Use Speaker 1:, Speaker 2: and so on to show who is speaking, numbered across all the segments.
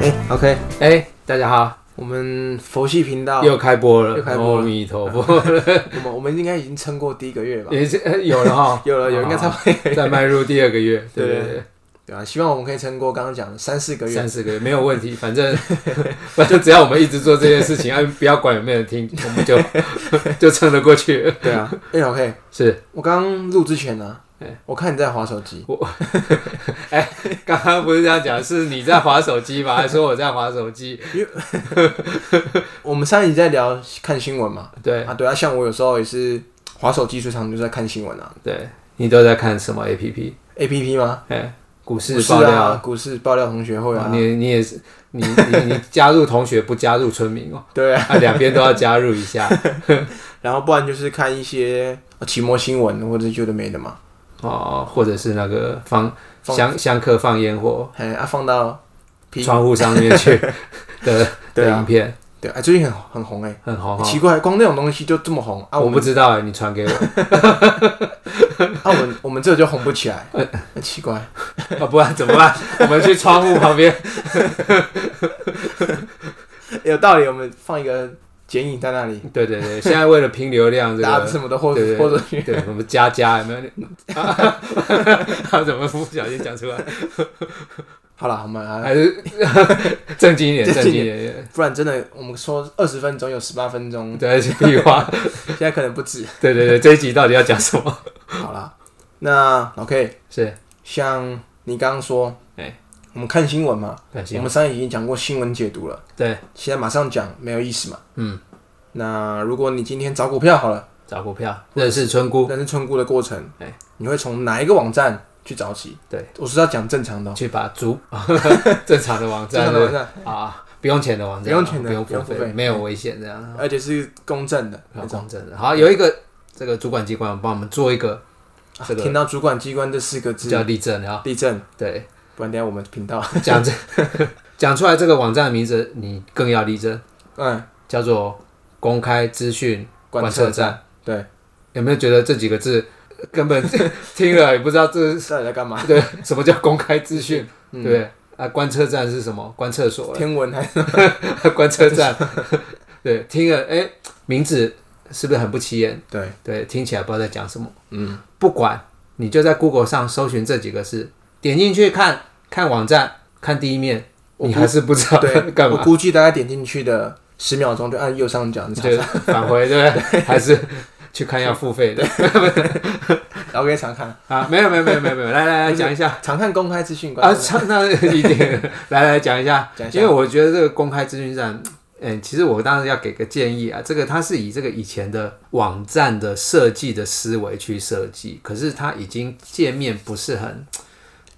Speaker 1: 哎，OK，
Speaker 2: 哎、大家好，
Speaker 1: 我们佛系频道
Speaker 2: 又开播了，
Speaker 1: 又开播了
Speaker 2: 阿弥 陀佛，
Speaker 1: 我们我们应该已经撑过第一个月了吧？
Speaker 2: 也是呃有啊了哈，
Speaker 1: 有了，有应该差
Speaker 2: 好
Speaker 1: 不多一个月
Speaker 2: 再迈入第二个月，对
Speaker 1: 对
Speaker 2: 对对，
Speaker 1: 对啊，希望我们可以撑过刚刚讲的三四个月
Speaker 2: 三。四个月没有 问题，反正 反正只要我们一直做这件事情，啊，不要管有没有人听，我们就 就撑得过去。
Speaker 1: 对啊，哎，OK，
Speaker 2: 是
Speaker 1: 我刚刚录之前呢
Speaker 2: 哎，
Speaker 1: 我看你在划手机，
Speaker 2: 刚刚不是这样讲，是你在划手 机吧？还说我在划手机？
Speaker 1: 我们上一集在聊看新闻嘛，
Speaker 2: 对
Speaker 1: 啊，对啊，像我有时候也是划手机，最常就是在看新闻啊
Speaker 2: 对，你都在看什么 A P P？
Speaker 1: ，APP 吗？
Speaker 2: 哎，股市
Speaker 1: 股市
Speaker 2: 爆料。
Speaker 1: 啊，股市爆料同学会
Speaker 2: 哇
Speaker 1: 啊，
Speaker 2: 你你也是你你你加入同学不加入村民哦，
Speaker 1: 对啊，
Speaker 2: 啊两边都要加入一下
Speaker 1: 然后不然就是看一些呃期末新闻或者觉得没的嘛，
Speaker 2: 哦，或者是那个放
Speaker 1: 放
Speaker 2: 香香客放烟火
Speaker 1: 哎，啊，放到 P
Speaker 2: 窗户上面 去的
Speaker 1: 对
Speaker 2: 的
Speaker 1: 啊
Speaker 2: 影片
Speaker 1: 对，哎，最近很很红哎，
Speaker 2: 很好哈，
Speaker 1: 奇怪，光那种东西就这么红啊，
Speaker 2: 哦我
Speaker 1: 我
Speaker 2: 不
Speaker 1: 们
Speaker 2: 知道哎，你传给我
Speaker 1: 啊，我们我们这就红不起 来，很奇怪。
Speaker 2: 啊，不然怎 么办？我们去窗户旁边，
Speaker 1: 有道理，我们放一个剪影在那里，
Speaker 2: 对对对，现在为了拼流量这
Speaker 1: 大家
Speaker 2: 个。
Speaker 1: 什么都豁
Speaker 2: 对对
Speaker 1: 豁出去。
Speaker 2: 对，我们加加有没 有？啊他怎么不小心讲出来？
Speaker 1: 好了，我们啊，
Speaker 2: 还是 正经一点，
Speaker 1: 正
Speaker 2: 正
Speaker 1: 经
Speaker 2: 经
Speaker 1: 一
Speaker 2: 一点，
Speaker 1: 不然真的，我们说二十分钟有十八分钟，
Speaker 2: 对，是屁话。
Speaker 1: 现在可能不止。
Speaker 2: 对对对，这一集到底要讲什么？
Speaker 1: 好了，那 OK，
Speaker 2: 是
Speaker 1: 像你刚刚说，
Speaker 2: 哎
Speaker 1: 我们看新闻嘛，
Speaker 2: 感谢
Speaker 1: 我。们上一集已经讲过新闻解读了，
Speaker 2: 对，
Speaker 1: 现在马上讲没有意思嘛。
Speaker 2: 嗯，
Speaker 1: 那如果你今天找股票好了，
Speaker 2: 找股票认识村姑，
Speaker 1: 但是村估的过程
Speaker 2: 哎，
Speaker 1: 你会从哪一个网站去找起？
Speaker 2: 对，
Speaker 1: 我是要讲正常的哦，
Speaker 2: 去把 足 正常的网
Speaker 1: 正
Speaker 2: 站
Speaker 1: 常的网站，
Speaker 2: 啊，不用钱的网站，
Speaker 1: 不用钱的
Speaker 2: 不用
Speaker 1: 不用付
Speaker 2: 付
Speaker 1: 费
Speaker 2: 没有危险这样，
Speaker 1: 而且是公正的那
Speaker 2: 很
Speaker 1: 种。
Speaker 2: 公正的。好，有一个这个主管机关帮我们做一个
Speaker 1: 啊
Speaker 2: 这个
Speaker 1: 听到主管机关这四个字，
Speaker 2: 叫例证啊，
Speaker 1: 地震，
Speaker 2: 对，
Speaker 1: 不然等一下我们频 道，
Speaker 2: 讲这 讲出来这个网站的名字，你更要例证，
Speaker 1: 嗯，
Speaker 2: 叫做公开资讯
Speaker 1: 观
Speaker 2: 观
Speaker 1: 测
Speaker 2: 测
Speaker 1: 站，
Speaker 2: 站。
Speaker 1: 对，
Speaker 2: 有没有觉得这几个字呃 根本听了也不知道这是
Speaker 1: 到啊底在干嘛？
Speaker 2: 对什么叫公开资讯？
Speaker 1: 嗯
Speaker 2: 对啊，观测站是什么？观测所啦
Speaker 1: 天文啊还是
Speaker 2: 观测 站，对，听了哎、名字是不是很不起眼？
Speaker 1: 对，
Speaker 2: 对，听起来不知道在讲什么。
Speaker 1: 嗯，
Speaker 2: 不管你就在 Google 上搜寻这几个字，点进去看看网站，看第一面，
Speaker 1: 我
Speaker 2: 你
Speaker 1: 估
Speaker 2: 还是不知道
Speaker 1: 对，
Speaker 2: 干
Speaker 1: 我
Speaker 2: 嘛，
Speaker 1: 估计大家点进去的十秒钟就按右上角，你查
Speaker 2: 就返回对不 对？还是去看要付费的
Speaker 1: 然后可以常看，
Speaker 2: 啊？没有没有没有没有没有，来来来讲一下。
Speaker 1: 常看公开资讯
Speaker 2: 啊，
Speaker 1: 观测，
Speaker 2: 唱那一点， 来来讲一下，
Speaker 1: 讲一下
Speaker 2: 因为我觉得这个公开资讯站，嗯，其实我当时要给个建议啊，这个它是以这个以前的网站的设计的思维去设计，可是它已经界面不是很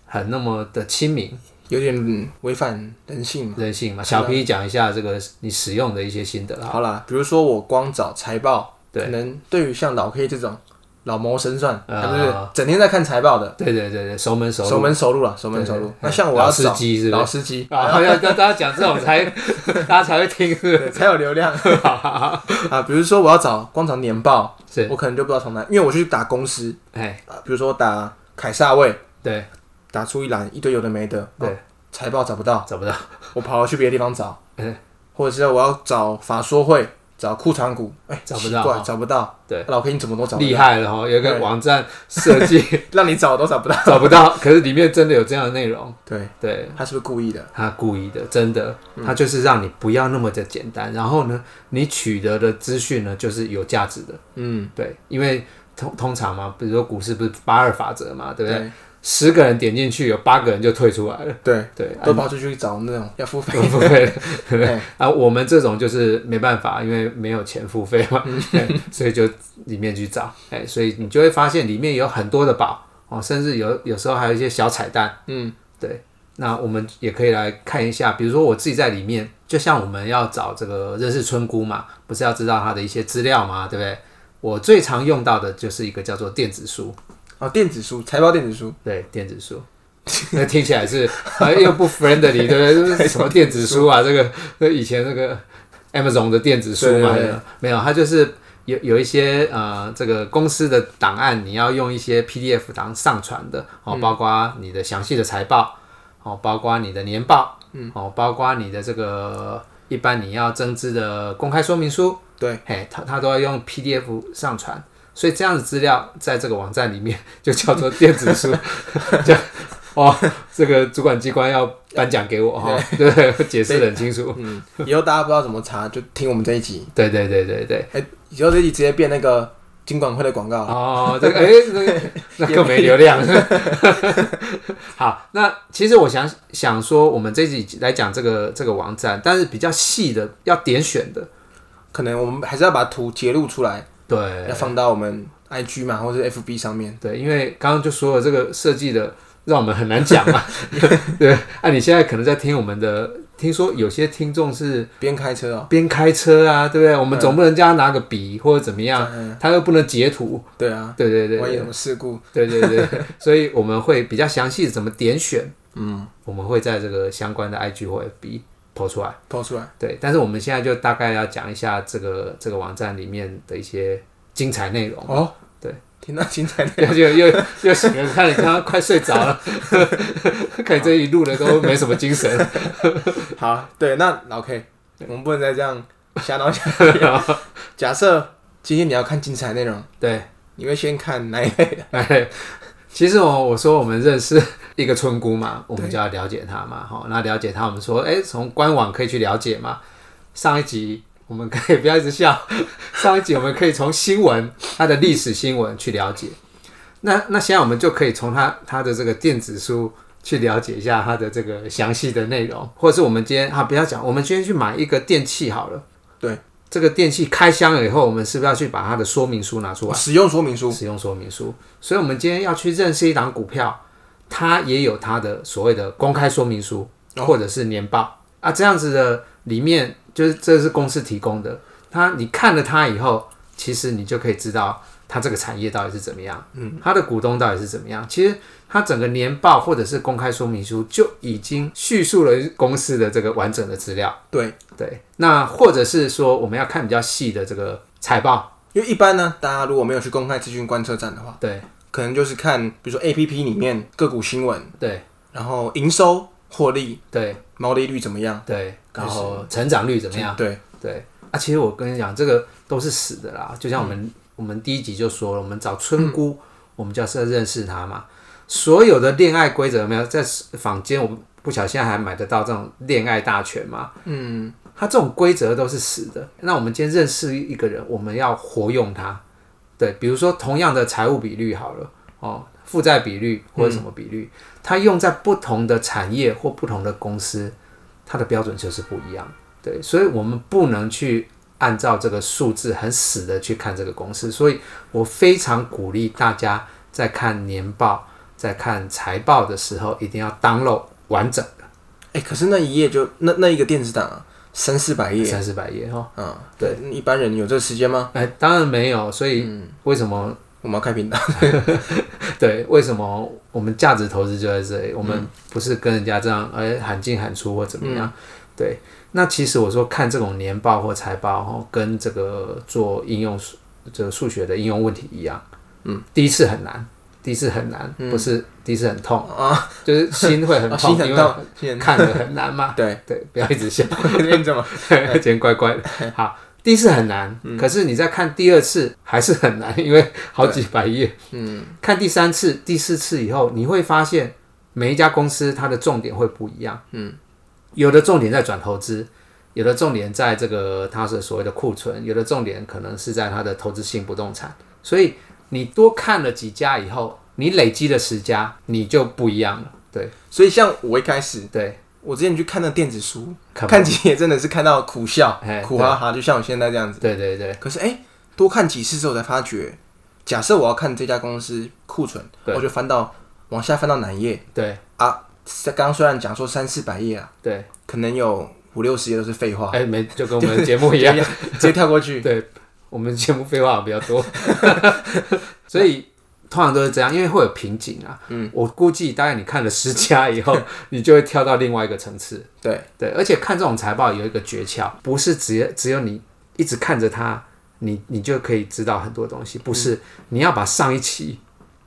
Speaker 2: 很那么的亲民
Speaker 1: 有点嗯违反人性嘛。
Speaker 2: 人性嘛。
Speaker 1: 是啊
Speaker 2: 小 P 讲一下这个你使用的一些心得啊，
Speaker 1: 好啦，比如说我光找财报，
Speaker 2: 对
Speaker 1: 可能对于像老 K 这种老谋深算，
Speaker 2: 啊
Speaker 1: 他就是整天在看财报的，
Speaker 2: 对对对对，熟门熟
Speaker 1: 熟
Speaker 2: 路。
Speaker 1: 门熟路了，熟门熟路
Speaker 2: 对。
Speaker 1: 那像我要
Speaker 2: 老司
Speaker 1: 找
Speaker 2: 机是不是
Speaker 1: 老司机，
Speaker 2: 啊，好像大家讲这种才， 大家才会听。
Speaker 1: 对，才有流量啊。比如说我要找光找年报，
Speaker 2: 是，
Speaker 1: 我可能就不知道从哪，因为我去打公司
Speaker 2: 哎，
Speaker 1: 啊，比如说打凯撒位，
Speaker 2: 对，
Speaker 1: 打出一栏一堆有的没的，
Speaker 2: 对
Speaker 1: 哦财报找不到，
Speaker 2: 找不到，
Speaker 1: 我跑去别的地方找
Speaker 2: 哎，
Speaker 1: 或者是我要找法说会，找库藏股，哎，
Speaker 2: 找不
Speaker 1: 奇
Speaker 2: 到
Speaker 1: 怪
Speaker 2: 哦
Speaker 1: 找不到，
Speaker 2: 对
Speaker 1: 啊，老 K 你怎么都找不
Speaker 2: 厉
Speaker 1: 到，
Speaker 2: 害了哦，有一个
Speaker 1: 对
Speaker 2: 网站设计
Speaker 1: 让你找都找不到，
Speaker 2: 找不到，可是里面真的有这样的内 容。
Speaker 1: 对
Speaker 2: 对
Speaker 1: 他是不是故意的？
Speaker 2: 他故意的，真的，他就是让你不要那么的简单。然后呢，你取得的资讯呢，就是有价值的。
Speaker 1: 嗯，
Speaker 2: 对，因为通通常嘛，比如说股市不是八二法则嘛，对不对？
Speaker 1: 对
Speaker 2: 十个人点进去，有八个人就退出来了。
Speaker 1: 对，
Speaker 2: 对，啊
Speaker 1: 都跑出去找那种要付费，
Speaker 2: 付费
Speaker 1: 对
Speaker 2: 啊，我们这种就是没办法，因为没有钱付费嘛，
Speaker 1: 嗯
Speaker 2: 对所以就里面去找，哎，所以你就会发现里面有很多的宝哦，甚至有有时候还有一些小彩蛋，
Speaker 1: 嗯，
Speaker 2: 对。那我们也可以来看一下，比如说我自己在里面，就像我们要找这个认识村姑嘛，不是要知道她的一些资料嘛，对不对？我最常用到的就是一个叫做电子书，
Speaker 1: 哦，电子书，财报电子书，
Speaker 2: 对，电子书。 那听起来是好像又不 friendly，对不 对？就是什么电子书啊？这个这以前那个 Amazon 的电子书嘛
Speaker 1: 对对对，
Speaker 2: 没有，它就是有有一些呃，这个公司的档案，你要用一些 PDF 档上传的
Speaker 1: 嗯
Speaker 2: 哦，包括你的详细的财报哦，包括你的年报，嗯，哦，包括你的这个一般你要增资的公开说明书，
Speaker 1: 对，
Speaker 2: 嘿，它它都要用 PDF 上传。所以这样的资料在这个网站里面就叫做电子书， 就哦，这个主管机关要颁奖给我哈， 对，解释得很清楚。
Speaker 1: 嗯，以后大家不知道怎么查，就听我们这一集。
Speaker 2: 对对对对对，
Speaker 1: 哎、以后这一集直接变那个金管会的广告。
Speaker 2: 哦，这个哎，那 个那更没流量。 好，那其实我想想说，我们这集来讲这个这个网站，但是比较细的要点选的，
Speaker 1: 可能我们还是要把图截录出来，
Speaker 2: 对
Speaker 1: 要放到我们 IG 嘛，或者 FB 上面。
Speaker 2: 对，因为刚刚就说了这个设计的让我们很难讲嘛， 对，啊，你现在可能在听我们的，听说有些听众是。
Speaker 1: 边开车哦、
Speaker 2: 边开车啊，对不对？我们总不能叫他拿个笔或者怎么样，他又不能截图，
Speaker 1: 对啊，
Speaker 2: 对对对
Speaker 1: 万一有什么事故，
Speaker 2: 对对对， 对所以我们会比较详细地怎么点选，嗯，我们会在这个相关的 IG 或 FB 投出来，
Speaker 1: 抛出来。
Speaker 2: 对。但是我们现在就大概要讲一下这个这个网站里面的一些精彩内容，
Speaker 1: 哦，
Speaker 2: 对，
Speaker 1: 听到精 彩的。
Speaker 2: 又又又又醒了，看你刚刚快睡着了， 看你这一路的都没什么精神，
Speaker 1: 好，对，那老 K，我们不能再这样瞎闹 下去。假设今天你要看精彩内容，
Speaker 2: 对。
Speaker 1: 你会先看哪一类？
Speaker 2: 哎，其实哦我我说我们认识一个村姑嘛，我们就要了解她嘛，哈，那了解她，我们说，哎，从官网可以去了解嘛。上一集我们可以 不要一直笑，上一集我们可以从新闻它的历史新闻去了解。那那现在我们就可以从它它的这个电子书去了解一下它的这个详细的内容，或者是我们今天啊不要讲，我们今天去买一个电器好了。
Speaker 1: 对，
Speaker 2: 这个电器开箱了以后，我们是不是要去把它的说明书啊拿出 来？
Speaker 1: 使用说明书。
Speaker 2: 使用说明书。所以，我们今天要去认识一档股票，它也有它的所谓的公开说明书，或者是年报啊，这样子的里面就是这是公司提供的。它你看了它以后，其实你就可以知道它这个产业到底是怎么样，嗯，它的股东到底是怎么样。其实它整个年报或者是公开说明书就已经叙述了公司的这个完整的资料。
Speaker 1: 对，
Speaker 2: 对，那或者是说我们要看比较细的这个财报，
Speaker 1: 因为一般呢，大家如果没有去公开资讯观测站的话，
Speaker 2: 对
Speaker 1: 可能就是看，比如说 A P P 里面个股新闻，
Speaker 2: 对
Speaker 1: 然后营收、获利、
Speaker 2: 对。
Speaker 1: 毛利率怎么样？
Speaker 2: 对，然
Speaker 1: 还是
Speaker 2: 后成长率怎么样？
Speaker 1: 对，
Speaker 2: 对啊，其实我跟你讲，这个都是死的啦。就像我们、我们第一集就说了，我们找村姑，我们就是要认识她嘛。所有的恋爱规则有没有在坊间？我们不小心还买得到这种恋爱大全嘛？嗯，它这种规则都是死的。那我们今天认识一个人，我们要活用它。对，比如说同样的财务比率好了，哦，负债比率或者什么比率，它用在不同的产业或不同的公司，它的标准就是不一样。对，所以我们不能去按照这个数字很死的去看这个公司，所以我非常鼓励大家在看年报、在看财报的时候，一定要 download 完整
Speaker 1: 哎、可是那一页就那那一个电子档啊，三四百页，
Speaker 2: 三四百页哦。
Speaker 1: 嗯，
Speaker 2: 对，
Speaker 1: 一般人有这个时间吗？
Speaker 2: 哎，当然没有，所以为什么
Speaker 1: 我们要开频 道，
Speaker 2: 对，为什么我们价值投资就在这里？我们不是跟人家这样，哎、喊进喊出或怎么
Speaker 1: 嗯
Speaker 2: 样？对，那其实我说看这种年报或财报，哦，跟这个做应用数这个数学的应用问题一样，嗯，第一次很难，第一次很难，不是第一次很痛啊，就是心会很
Speaker 1: 哦嗯
Speaker 2: 痛，
Speaker 1: 心很痛，
Speaker 2: 因
Speaker 1: 心
Speaker 2: 为
Speaker 1: 很
Speaker 2: 看的很难嘛。
Speaker 1: 对，
Speaker 2: 对，不要一直笑，
Speaker 1: 你怎么？
Speaker 2: 今天乖乖的。好，第一次很难，可是你再看第二次还是很难，因为好几百页。
Speaker 1: 嗯，
Speaker 2: 看第三次、第四次以后，你会发现每一家公司它的重点会不一样。嗯，有的重点在转投资，有的重点在这个它是所谓的库存，有的重点可能是在它的投资性不动产。所以你多看了几家以后，你累积了十家，你就不一样了。对
Speaker 1: 所以像我一开始，
Speaker 2: 对，
Speaker 1: 我之前去看那电子书，
Speaker 2: 看
Speaker 1: 看几页真的是看到苦笑
Speaker 2: 哎，
Speaker 1: 苦哈哈，就像我现在这样子。
Speaker 2: 对对对
Speaker 1: 可是哎、多看几次之后才发觉，假设我要看这家公司库存，
Speaker 2: 对
Speaker 1: 我就翻到往下翻到哪一页
Speaker 2: 对
Speaker 1: 啊？刚刚虽然讲说三四百页啊，
Speaker 2: 对，
Speaker 1: 可能有五六十页都是废话，
Speaker 2: 哎、没就跟我们的节目一样。
Speaker 1: 直接跳过去。
Speaker 2: 对，我们节目废话比较多，所以通常都是这样，因为会有瓶颈啊。嗯，我估计大概你看了十家以后， 你就会跳到另外一个层次。
Speaker 1: 对
Speaker 2: 对，而且看这种财报有一个诀窍，不是只只有你一直看着它，你你就可以知道很多东西，不
Speaker 1: 嗯
Speaker 2: 是、你要把上一期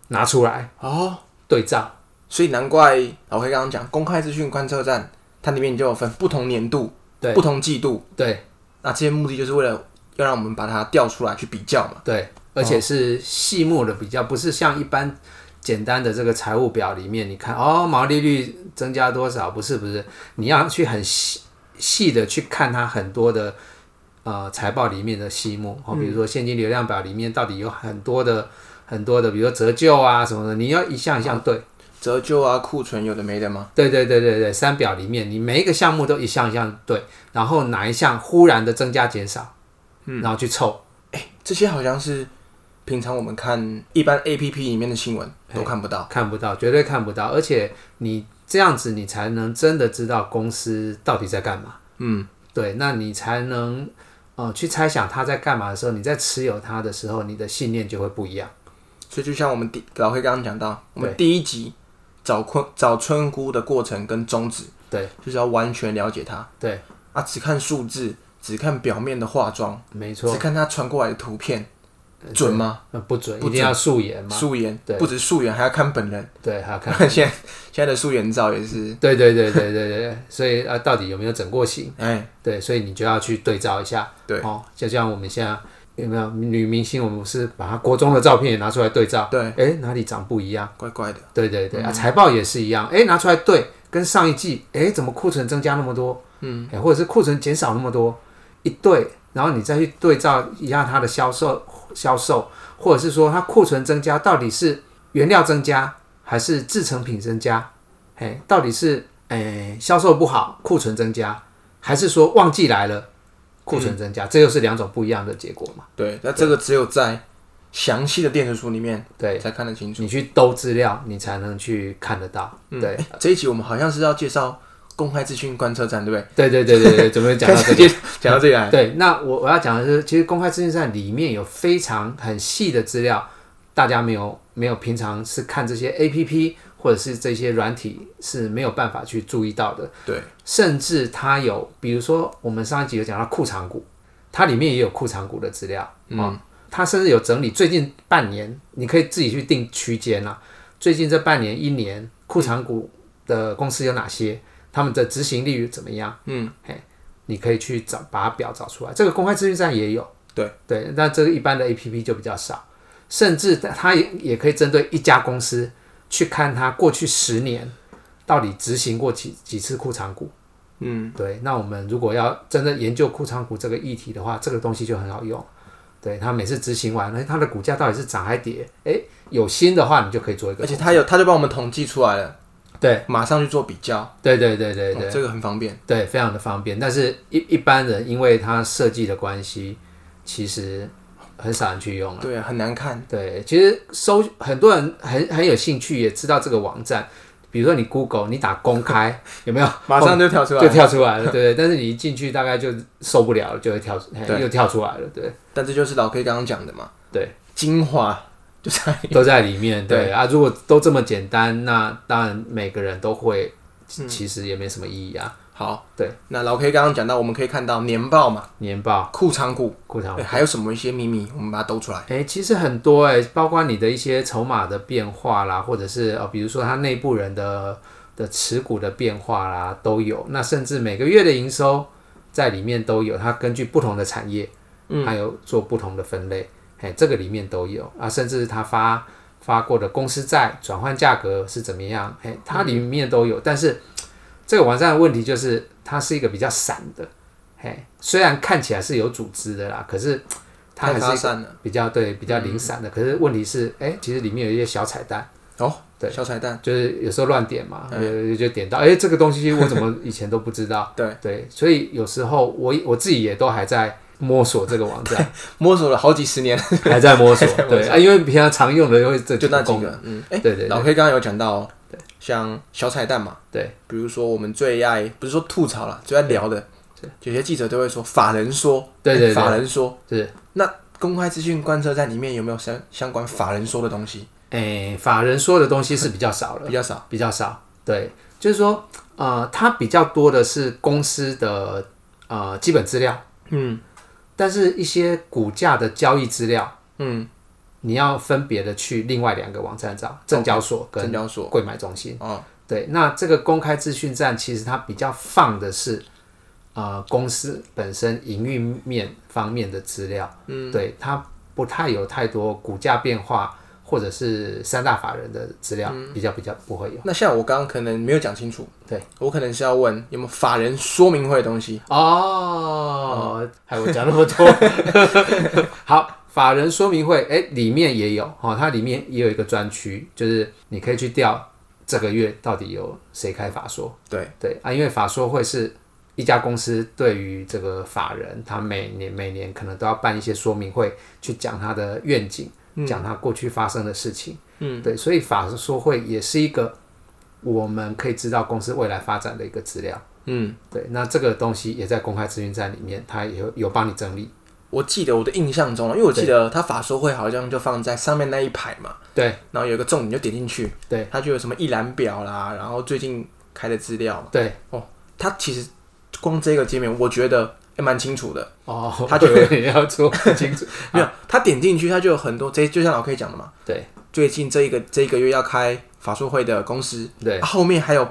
Speaker 2: 拿出来
Speaker 1: 哦，
Speaker 2: 对照。
Speaker 1: 所以难怪老 K 刚刚讲公开资讯观测站，它里面就有分不同年度、
Speaker 2: 对
Speaker 1: 不同季度，
Speaker 2: 对
Speaker 1: 那这些目的就是为了要让我们把它调出来去比较嘛。
Speaker 2: 对，而且是细目的比较，不是像一般简单的这个财务表里面，你看哦毛利率增加多少，不是不是，你要去很细细的去看它很多的呃财报里面的细目，哦，比如说现金流量表里面到底有很多的很多的，比如说折旧啊什么的，你要一项一项对。
Speaker 1: 折旧啊、库存有的没的嘛。
Speaker 2: 对对对对对，三表里面你每一个项目都一项一项对，然后哪一项忽然的增加减少，嗯，然后去凑，
Speaker 1: 哎、这些好像是平常我们看一般 A P P 里面的新闻都看不到。
Speaker 2: 看不到，绝对看不到。而且你这样子，你才能真的知道公司到底在干嘛。
Speaker 1: 嗯，
Speaker 2: 对，那你才能呃去猜想他在干嘛的时候，你在持有它的时候，你的信念就会不一样。
Speaker 1: 所以就像我们第老黑刚刚讲到，我们第一集找坤找村姑的过程跟宗旨，
Speaker 2: 对，
Speaker 1: 就是要完全了解它
Speaker 2: 对，
Speaker 1: 啊，只看数字，只看表面的化妆，
Speaker 2: 没错，
Speaker 1: 只看它传过来的图片，准吗？
Speaker 2: 呃不准，
Speaker 1: 啊不
Speaker 2: 一定要素颜嘛。
Speaker 1: 素颜，
Speaker 2: 对
Speaker 1: 不止素颜，还要看本人。
Speaker 2: 对，还要看。
Speaker 1: 现在现在的素颜照也是，
Speaker 2: 对对对对对对对，所以啊，到底有没有整过型？
Speaker 1: 哎，
Speaker 2: 对，所以你就要去对照一下。
Speaker 1: 对
Speaker 2: 哦，就像我们现在有没有女明星，我们是把她国中的照片也拿出来对照，
Speaker 1: 对，
Speaker 2: 哎，哪里长不一样？
Speaker 1: 怪怪的，
Speaker 2: 对对对、啊，财报也是一样，哎，拿出来对，跟上一季，哎，怎么库存增加那么多？嗯，或者是库存减少那么多，一对，然后你再去对照一下它的销售销售，或者是说它库存增加到底是原料增加还是制成品增加？哎，到底是哎销售不好库存增加，还是说旺季来了库存增加？这又是两种不一样的结果嘛？
Speaker 1: 对。那这个只有在详细的电子书里面
Speaker 2: 对，
Speaker 1: 才看得清楚。
Speaker 2: 你去兜资料，你才能去看得到。对。
Speaker 1: 哎这一集我们好像是要介绍公开资讯观测站，对不对？
Speaker 2: 对对对对对，准备讲到这
Speaker 1: 开始 讲到这里来，
Speaker 2: 个。对，那我我要讲的是，其实公开资讯站里面有非常很细的资料，大家没有没有平常是看这些 A P P 或者是这些软体是没有办法去注意到的，
Speaker 1: 对，
Speaker 2: 甚至它有，比如说我们上一集有讲到库藏股，它里面也有库藏股的资料，嗯、它甚至有整理最近半年，你可以自己去定区间啊，最近这半年一年库藏股的公司有哪些，他们的执行利率怎么样？嗯，嘿，你可以去找把表找出来，这个公开资讯站也有，
Speaker 1: 对
Speaker 2: 对，那这个一般的 A P P 就比较少，甚至它也也可以针对一家公司去看它过去十年到底执行过几几次库藏股。
Speaker 1: 嗯，
Speaker 2: 对，那我们如果要真的研究库藏股这个议题的话，这个东西就很好用。对，它每次执行完，哎，它的股价到底是涨还跌？哎，有新的话，你就可以做一个
Speaker 1: 而。且他有，他就帮我们统计出来了，
Speaker 2: 对，
Speaker 1: 马上去做比较，
Speaker 2: 对对对对对、
Speaker 1: 哦这个很方便。
Speaker 2: 对，非常的方便。但是一一般人因为它设计的关系，其实很少人去用了。
Speaker 1: 对，啊很难看，
Speaker 2: 对，其实搜很多人很很有兴趣，也知道这个网站。比如说你 Google，你打公开有没有？
Speaker 1: 马上就跳出来
Speaker 2: 就。跳出来了，对。但是你一进去，大概就受不了了，就会跳，嘿又跳出来了，对
Speaker 1: 但这就是老 K 刚刚讲的嘛，
Speaker 2: 对，
Speaker 1: 精华就在
Speaker 2: 都在里面，对啊。如果都这么简单，那当然每个人都会，其其实也没什么意义啊。
Speaker 1: 好。
Speaker 2: 对，
Speaker 1: 那老 K 刚刚讲到，我们可以看到年报嘛，
Speaker 2: 年报、
Speaker 1: 库藏股，
Speaker 2: 裤长，
Speaker 1: 哎还有什么一些秘密，我们把它兜出来。
Speaker 2: 哎，其实很多哎，包括你的一些筹码的变化啦，或者是呃，比如说他内部人的的持股的变化啦，都有。那甚至每个月的营收在里面都有，它根据不同的产业，嗯，还有做不同的分类，哎，这个里面都有啊。甚至他发发过的公司债转换价格是怎么样，哎，它里面都有。但是这个网站的问题就是，它是一个比较散的，哎，虽然看起来是有组织的啦，可是它还
Speaker 1: 太
Speaker 2: 是
Speaker 1: 发散了。
Speaker 2: 比较对比较
Speaker 1: 嗯
Speaker 2: 零散的。可是问题是，哎、其实里面有一些小彩蛋，
Speaker 1: 哦，
Speaker 2: 对
Speaker 1: 小彩蛋，？
Speaker 2: 就是有时候乱点嘛，有就点到，哎、这个东西我怎么以前都不知道
Speaker 1: 对
Speaker 2: 对，所以有时候我我自己也都还在摸索这个 网站，
Speaker 1: 摸索了好几十 年，
Speaker 2: 还在摸索。对啊，因为平常常用的会这
Speaker 1: 就那几
Speaker 2: 功能。
Speaker 1: 个。嗯，哎，
Speaker 2: 对对
Speaker 1: 老 K 刚刚有讲到哦，像小彩蛋嘛，
Speaker 2: 对
Speaker 1: 比如说我们最爱，不是说吐槽了，最爱聊的，有些记者都会说法人说，
Speaker 2: 对
Speaker 1: 哎
Speaker 2: 对对
Speaker 1: 法人说，
Speaker 2: 是
Speaker 1: 那公开资讯观测站里面有没有相相关法人说的东西？
Speaker 2: 诶、法人说的东西是比较少了，
Speaker 1: 比较少。
Speaker 2: 比较少。对，就是说，呃，它比较多的是公司的呃基本资料，
Speaker 1: 嗯
Speaker 2: 但是一些股价的交易资料，
Speaker 1: 嗯，
Speaker 2: 你要分别的去另外两个网站找，证交所跟
Speaker 1: 证交所
Speaker 2: 柜买中心。
Speaker 1: 哦，
Speaker 2: 对，那这个公开资讯站其实它比较放的是，呃，公司本身营运面方面的资料，嗯，对，它不太有太多股价变化或者是三大法人的资料，
Speaker 1: 嗯
Speaker 2: 比较比较不会有。
Speaker 1: 那像我刚刚可能没有讲清楚，
Speaker 2: 对
Speaker 1: 我可能是要问有没有法人说明会的东西。
Speaker 2: 哦，害我讲那么多。好，法人说明会，哎、里面也有哦，它里面也有一个专区，就是你可以去调这个月到底有谁开法说。
Speaker 1: 对，
Speaker 2: 对啊，因为法说会是一家公司对于这个法人，他每年每年可能都要办一些说明会，去讲他的愿景，讲他过去发生的事情。嗯，对，所以法说会也是一个我们可以知道公司未来发展的一个资料。
Speaker 1: 嗯，
Speaker 2: 对，那这个东西也在公开资讯站里面，它也有有帮你整理。
Speaker 1: 我记得我的印象中，因为我记得他法说会好像就放在上面那一排嘛，
Speaker 2: 对
Speaker 1: 然后有一个重点就点进去，
Speaker 2: 对，
Speaker 1: 他就有什么一览表啦，然后最近开的资料，
Speaker 2: 对，
Speaker 1: 他其实光这个界面，我觉得也蛮清楚的。
Speaker 2: 哦，
Speaker 1: 他就
Speaker 2: 也 要做清楚。
Speaker 1: 没有，他点进去，他就有很多，这就像老 K 讲的嘛，
Speaker 2: 对
Speaker 1: 最近这一个这一个月要开法说会的公司，
Speaker 2: 对，
Speaker 1: 啊后面还有，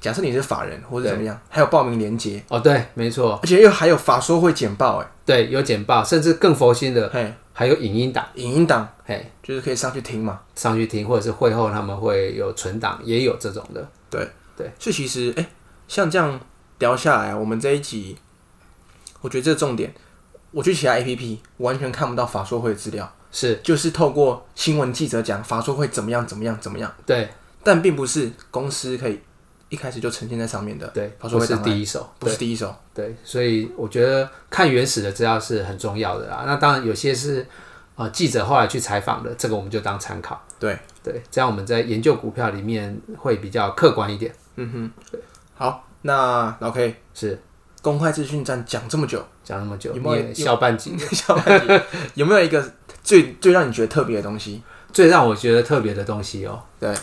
Speaker 1: 假设你是法人或者怎么样，还有报名链接，
Speaker 2: 哦对，没错，
Speaker 1: 而且又还有法说会简报，哎，
Speaker 2: 对，有简报，甚至更佛心的，
Speaker 1: 嘿，
Speaker 2: 还有影音档，
Speaker 1: 影音档
Speaker 2: 嘿。
Speaker 1: 就是可以上去听嘛。
Speaker 2: 上去听，或者是会后他们会有存档，也有这种的。
Speaker 1: 对，所以其实哎、像这样聊下来啊，我们这一集，我觉得这个重点，我去其他 APP 完全看不到法说会的资料，
Speaker 2: 是
Speaker 1: 就是透过新闻记者讲法说会怎么样怎么样怎么样，
Speaker 2: 对
Speaker 1: 但并不是公司可以一开始就呈现在上面的，
Speaker 2: 对，
Speaker 1: 法说
Speaker 2: 不
Speaker 1: 会
Speaker 2: 是
Speaker 1: 档案
Speaker 2: 第一手，
Speaker 1: 不是第一手，
Speaker 2: 对，所以我觉得看原始的资料是很重要的啦。那当然有些是呃记者后来去采访的，这个我们就当参考。
Speaker 1: 对
Speaker 2: 对，这样我们在研究股票里面会比较客观一点。
Speaker 1: 好，那老 K
Speaker 2: 是
Speaker 1: 公开资讯站讲这么久，
Speaker 2: 讲那么久，
Speaker 1: 有没有
Speaker 2: 你也笑半集。
Speaker 1: 小半集有没有一个最最让你觉得特别的东西？
Speaker 2: 最让我觉得特别的东西哦，
Speaker 1: 对，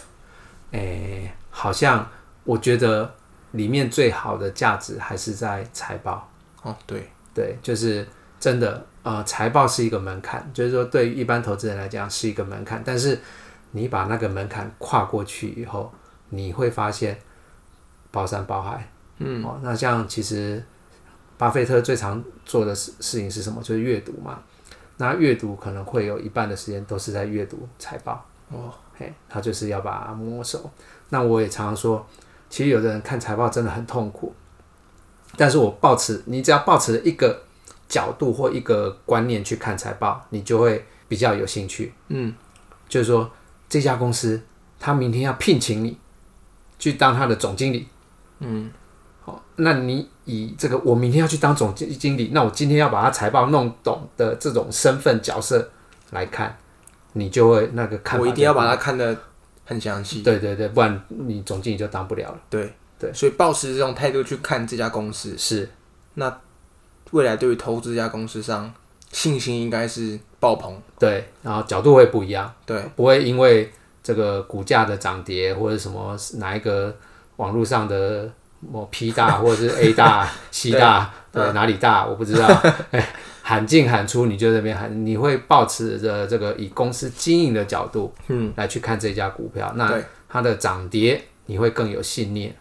Speaker 2: 诶、好像我觉得里面最好的价值还是在财报。
Speaker 1: 哦，对，
Speaker 2: 对，就是真的，呃，财报是一个门槛，就是说对于一般投资人来讲是一个门槛，但是你把那个门槛跨过去以后，你会发现包山包海。嗯，哦，那像其实巴菲特最常做的事事情是什么？就是阅读嘛。那阅读可能会有一半的时间都是在阅读财报。哦，嘿，他就是要把它摸熟。那我也常常说，其实有的人看财报真的很痛苦。但是我抱持，你只要抱持一个角度或一个观念去看财报，你就会比较有兴趣。
Speaker 1: 嗯，
Speaker 2: 就是说，这家公司他明天要聘请你去当他的总经理。
Speaker 1: 嗯，
Speaker 2: 好，那你以这个我明天要去当总经经理，那我今天要把他财报弄懂的这种身份角色来看，你就会那个看法
Speaker 1: 我一定要
Speaker 2: 就
Speaker 1: 把它看得很详细。
Speaker 2: 对对对，不然你总经理就当不了了。
Speaker 1: 对
Speaker 2: 对，
Speaker 1: 所以抱持这种态度去看这家公司，
Speaker 2: 是，
Speaker 1: 未来对于投资这家公司上信心应该是爆棚。
Speaker 2: 对，然后角度会不一样。
Speaker 1: 对，
Speaker 2: 不会因为这个股价的涨跌或者什么哪一个网络上的某 P 大 或者是 A 大、C 大，对哪里大我不知道， 哎喊进喊出你就在那边喊，你会保持着这个以公司经营的角度，嗯，来去看这家股票，那
Speaker 1: 对
Speaker 2: 它的涨跌你会更有信念。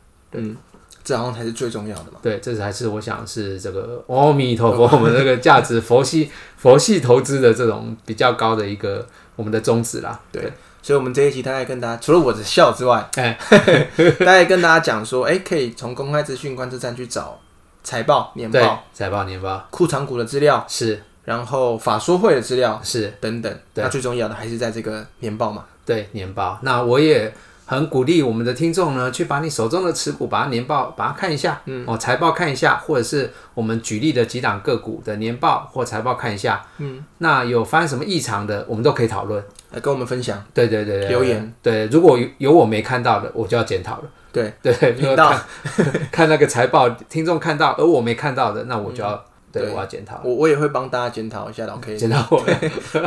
Speaker 1: 这好像才是最重要的嘛。
Speaker 2: 对，这才是我想是这个阿弥陀佛，我们这个价值佛系佛系投资的这种比较高的一个我们的宗旨啦。
Speaker 1: 对，所以我们这一期大概跟大家，除了我的笑之外，
Speaker 2: 哎
Speaker 1: 大概跟大家讲说，哎、可以从公开资讯观测站去找财报、年
Speaker 2: 对
Speaker 1: 报、，
Speaker 2: 财报年报
Speaker 1: 库藏股的资料，
Speaker 2: 是
Speaker 1: 然后法说会的资料
Speaker 2: 是
Speaker 1: 等等。
Speaker 2: 对
Speaker 1: 那最重要的还是在这个年报嘛。
Speaker 2: 对年报。那我也很鼓励我们的听众呢，去把你手中的持股，把它年报把它看一下，嗯，哦，财报看一下，或者是我们举例的几档个股的年报或财报看一下，嗯，那有发生什么异常的，我们都可以讨论。
Speaker 1: 来跟我们分享，
Speaker 2: 对对对对，
Speaker 1: 留言
Speaker 2: 对，如果有有我没看到的，我就要检讨了。
Speaker 1: 对
Speaker 2: 对，
Speaker 1: 频道
Speaker 2: 看看那个财报，听众看到而我没看到的，那我就要对，
Speaker 1: 嗯对
Speaker 2: 我要检讨，
Speaker 1: 我我也会帮大家检讨一下老 K，
Speaker 2: 检讨我。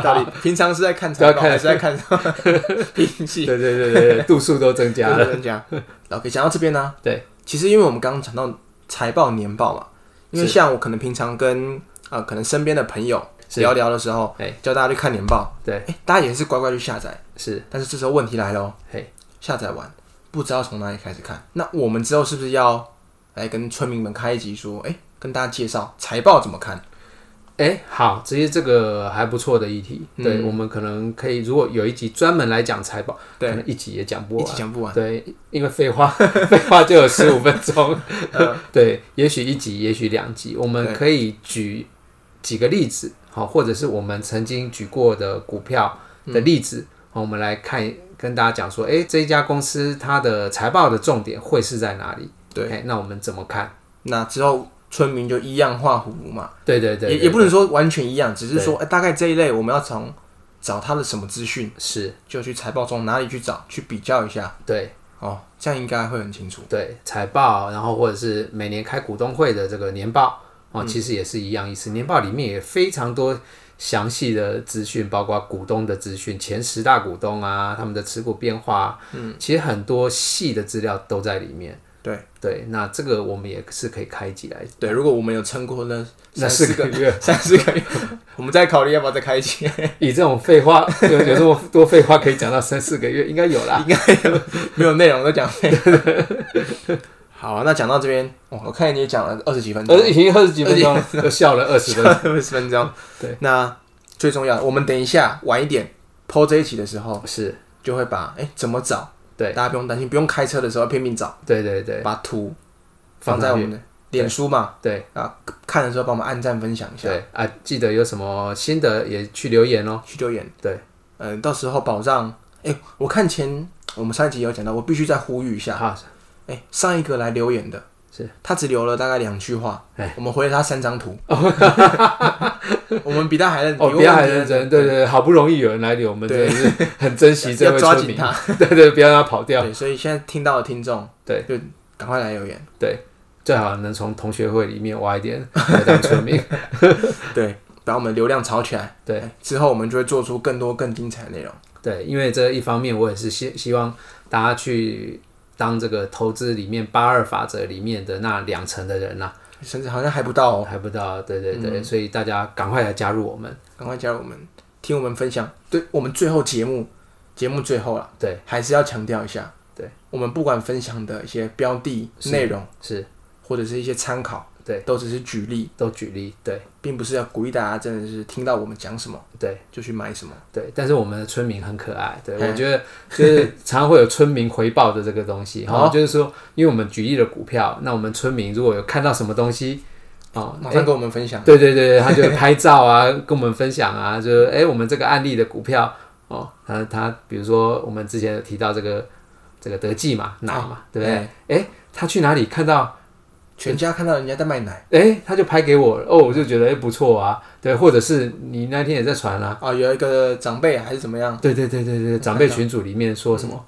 Speaker 1: 到底平常是在看财报
Speaker 2: 不要看
Speaker 1: 还是在看 运气？
Speaker 2: 对对对对对，度数都增加了。
Speaker 1: 跟你讲，OK，讲到这边呢，
Speaker 2: 对，
Speaker 1: 其实因为我们刚刚讲到财报年报嘛，因为
Speaker 2: 是
Speaker 1: 像我可能平常跟啊、呃可能身边的朋友
Speaker 2: 是
Speaker 1: 聊聊的时候
Speaker 2: 哎，
Speaker 1: 叫大家去看年报，
Speaker 2: 对，
Speaker 1: 哎，大家也是乖乖去下载，
Speaker 2: 是
Speaker 1: 但是这时候问题来喽，
Speaker 2: 嘿，
Speaker 1: 下载完不知道从哪里开始看，那我们之后是不是要来跟村民们开一集说，哎，跟大家介绍财报怎么看？
Speaker 2: 哎、好，其实这个还不错的议题，
Speaker 1: 嗯
Speaker 2: 对我们可能可以，如果有一集专门来讲财报，
Speaker 1: 对
Speaker 2: 可能一集也讲不
Speaker 1: 一
Speaker 2: 完
Speaker 1: 起。讲不完，
Speaker 2: 对，因为废话， 废话就有十五分 钟。 对，也许一集，也许两集，我们
Speaker 1: 嗯对
Speaker 2: 可以举几个例子，好，或者是我们曾经举过的股票
Speaker 1: 嗯
Speaker 2: 的例子，好，我们来看，跟大家讲说，哎、这一家公司它的财报的重点会是在哪里？
Speaker 1: 对
Speaker 2: 哎那我们怎么看？
Speaker 1: 那之后村民就一样画葫芦嘛。
Speaker 2: 对对对
Speaker 1: 也也不能说完全一样，只是说、哎大概这一类我们要从找他的什么资讯，
Speaker 2: 是，
Speaker 1: 就去财报中哪里去找，去比较一下
Speaker 2: 对
Speaker 1: 哦，这样应该会很清楚。
Speaker 2: 对，财报，然后或者是每年开股东会的这个年报。
Speaker 1: 嗯
Speaker 2: 哦，其实也是一样意思。年报里面也非常多详细的资讯，包括股东的资讯、前十大股东啊、他们的持股变化、嗯，其实很多细的资料都在里面。
Speaker 1: 对
Speaker 2: 对，那这个我们也是可以开一集来。
Speaker 1: 对，如果我们有撑过那
Speaker 2: 那
Speaker 1: 三
Speaker 2: 四
Speaker 1: 四
Speaker 2: 个
Speaker 1: 个
Speaker 2: 月，
Speaker 1: 三四个月， 我们再考虑要不要再开一期，
Speaker 2: 以这种废话，有有这么多废话可以讲到三四个月，应该有啦。
Speaker 1: 没有内容都讲废了。好、那讲到这边，哦我看你也讲了二十几分钟啊
Speaker 2: 呃，，已经二十几分钟了，又笑了二十分钟。
Speaker 1: 二十分钟。
Speaker 2: 对，
Speaker 1: 那最重要的，我们等一下晚一点剖这一期的时候，
Speaker 2: 是，
Speaker 1: 就会把哎、怎么找，
Speaker 2: 对
Speaker 1: 大家不用担心，不用开车的时候拼命找，
Speaker 2: 对对对，
Speaker 1: 把图放在我们的脸书嘛，
Speaker 2: 对
Speaker 1: 啊，看的时候帮我们按赞分享一下，
Speaker 2: 对啊，记得有什么新的也去留言哦。
Speaker 1: 去留言。
Speaker 2: 对，
Speaker 1: 嗯，到时候保障，哎、我看前我们上一集有讲到，我必须再呼吁一下，
Speaker 2: 好，
Speaker 1: 哎、上一个来留言的，
Speaker 2: 是
Speaker 1: 他只留了大概两句话
Speaker 2: 哎，
Speaker 1: 我们回了他三张 图，我们比他还认，
Speaker 2: 哦，
Speaker 1: 比
Speaker 2: 不
Speaker 1: 我
Speaker 2: 要
Speaker 1: 们
Speaker 2: 还
Speaker 1: 比他
Speaker 2: 认真，对对对，好不容易有人来留，我们真的是很珍惜 这
Speaker 1: 要
Speaker 2: 位
Speaker 1: 抓
Speaker 2: 村
Speaker 1: 紧
Speaker 2: 民，
Speaker 1: 他，
Speaker 2: 对对，不要让他跑掉，
Speaker 1: 对，所以现在听到的听众，
Speaker 2: 对，
Speaker 1: 就赶快来留言，
Speaker 2: 最好能从同学会里面挖一点来当 村民。
Speaker 1: 对，把我们流量炒起来，
Speaker 2: 对
Speaker 1: 哎，之后我们就会做出更多更精彩的内容，
Speaker 2: 对，因为这一方面我也是希希望大家去当这个投资里面八二法则里面的那两成的人呐、啊
Speaker 1: 甚至好像还不到哦，嗯
Speaker 2: 还不到，对对对，所以大家赶快来加入我们。
Speaker 1: 赶快加入我们，听我们分享。对我们最后节目，节目最后了，
Speaker 2: 对，
Speaker 1: 还是要强调一下，
Speaker 2: 对
Speaker 1: 我们不管分享的一些标的
Speaker 2: 是
Speaker 1: 内容，
Speaker 2: 是
Speaker 1: 或者是一些参考，
Speaker 2: 对，
Speaker 1: 都只是举例，
Speaker 2: 都举例，对
Speaker 1: 并不是要鼓励大家真的是听到我们讲什么
Speaker 2: 对
Speaker 1: 就去买什么。
Speaker 2: 对，但是我们的村民很可爱，对
Speaker 1: 嘿
Speaker 2: 我觉得就是常常会有村民回报的这个 东西，哈、
Speaker 1: 好
Speaker 2: 就是说，因为我们举例了股票，那我们村民如果有看到什么东西，哦，
Speaker 1: 马上跟我们分享，
Speaker 2: 对对对，他就拍照啊， 跟我们分享啊，就是哎、诶我们这个案例的股票哦，他他比如说我们之前有提到这个这个德记嘛，奶嘛，对不对？
Speaker 1: 哎
Speaker 2: 他去哪里看到？
Speaker 1: 全家看到人家在卖奶
Speaker 2: 哎、他就拍给我了，哦，我就觉得哎、诶不错啊，对，或者是你那天也在传啊，
Speaker 1: 啊，有一个长辈还是怎么样，
Speaker 2: 对对对对对，长辈群组里面说什么嗯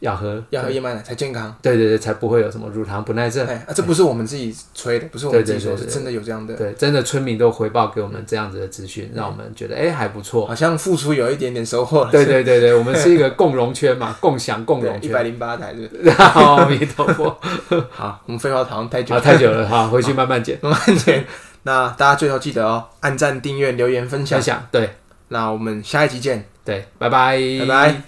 Speaker 2: 要喝，
Speaker 1: 要喝燕麦奶才健康。
Speaker 2: 对对对，才不会有什么乳糖不耐症。
Speaker 1: 哎，啊，这不是我们自己吹的，不是我们自
Speaker 2: 对
Speaker 1: 己
Speaker 2: 对
Speaker 1: 说，
Speaker 2: 对
Speaker 1: 是真的有这样的，
Speaker 2: 对，真的村民都回报给我们这样子的资讯，让我们觉得哎、诶还不错。
Speaker 1: 好像付出有一点点收获了。
Speaker 2: 对对对对，我们是一个共荣圈嘛， 共享共荣
Speaker 1: 一
Speaker 2: 圈。
Speaker 1: 百零八台是不
Speaker 2: 阿弥陀 佛，
Speaker 1: 是。好，我们废话好像太久
Speaker 2: 啊，
Speaker 1: 了。
Speaker 2: 太久了哈，回去慢慢剪，
Speaker 1: 慢 慢点。那大家最后记得哦，按赞、订阅、留言、分享
Speaker 2: 想。想，对
Speaker 1: 那我们下一集见，
Speaker 2: 对，拜拜，
Speaker 1: 拜拜。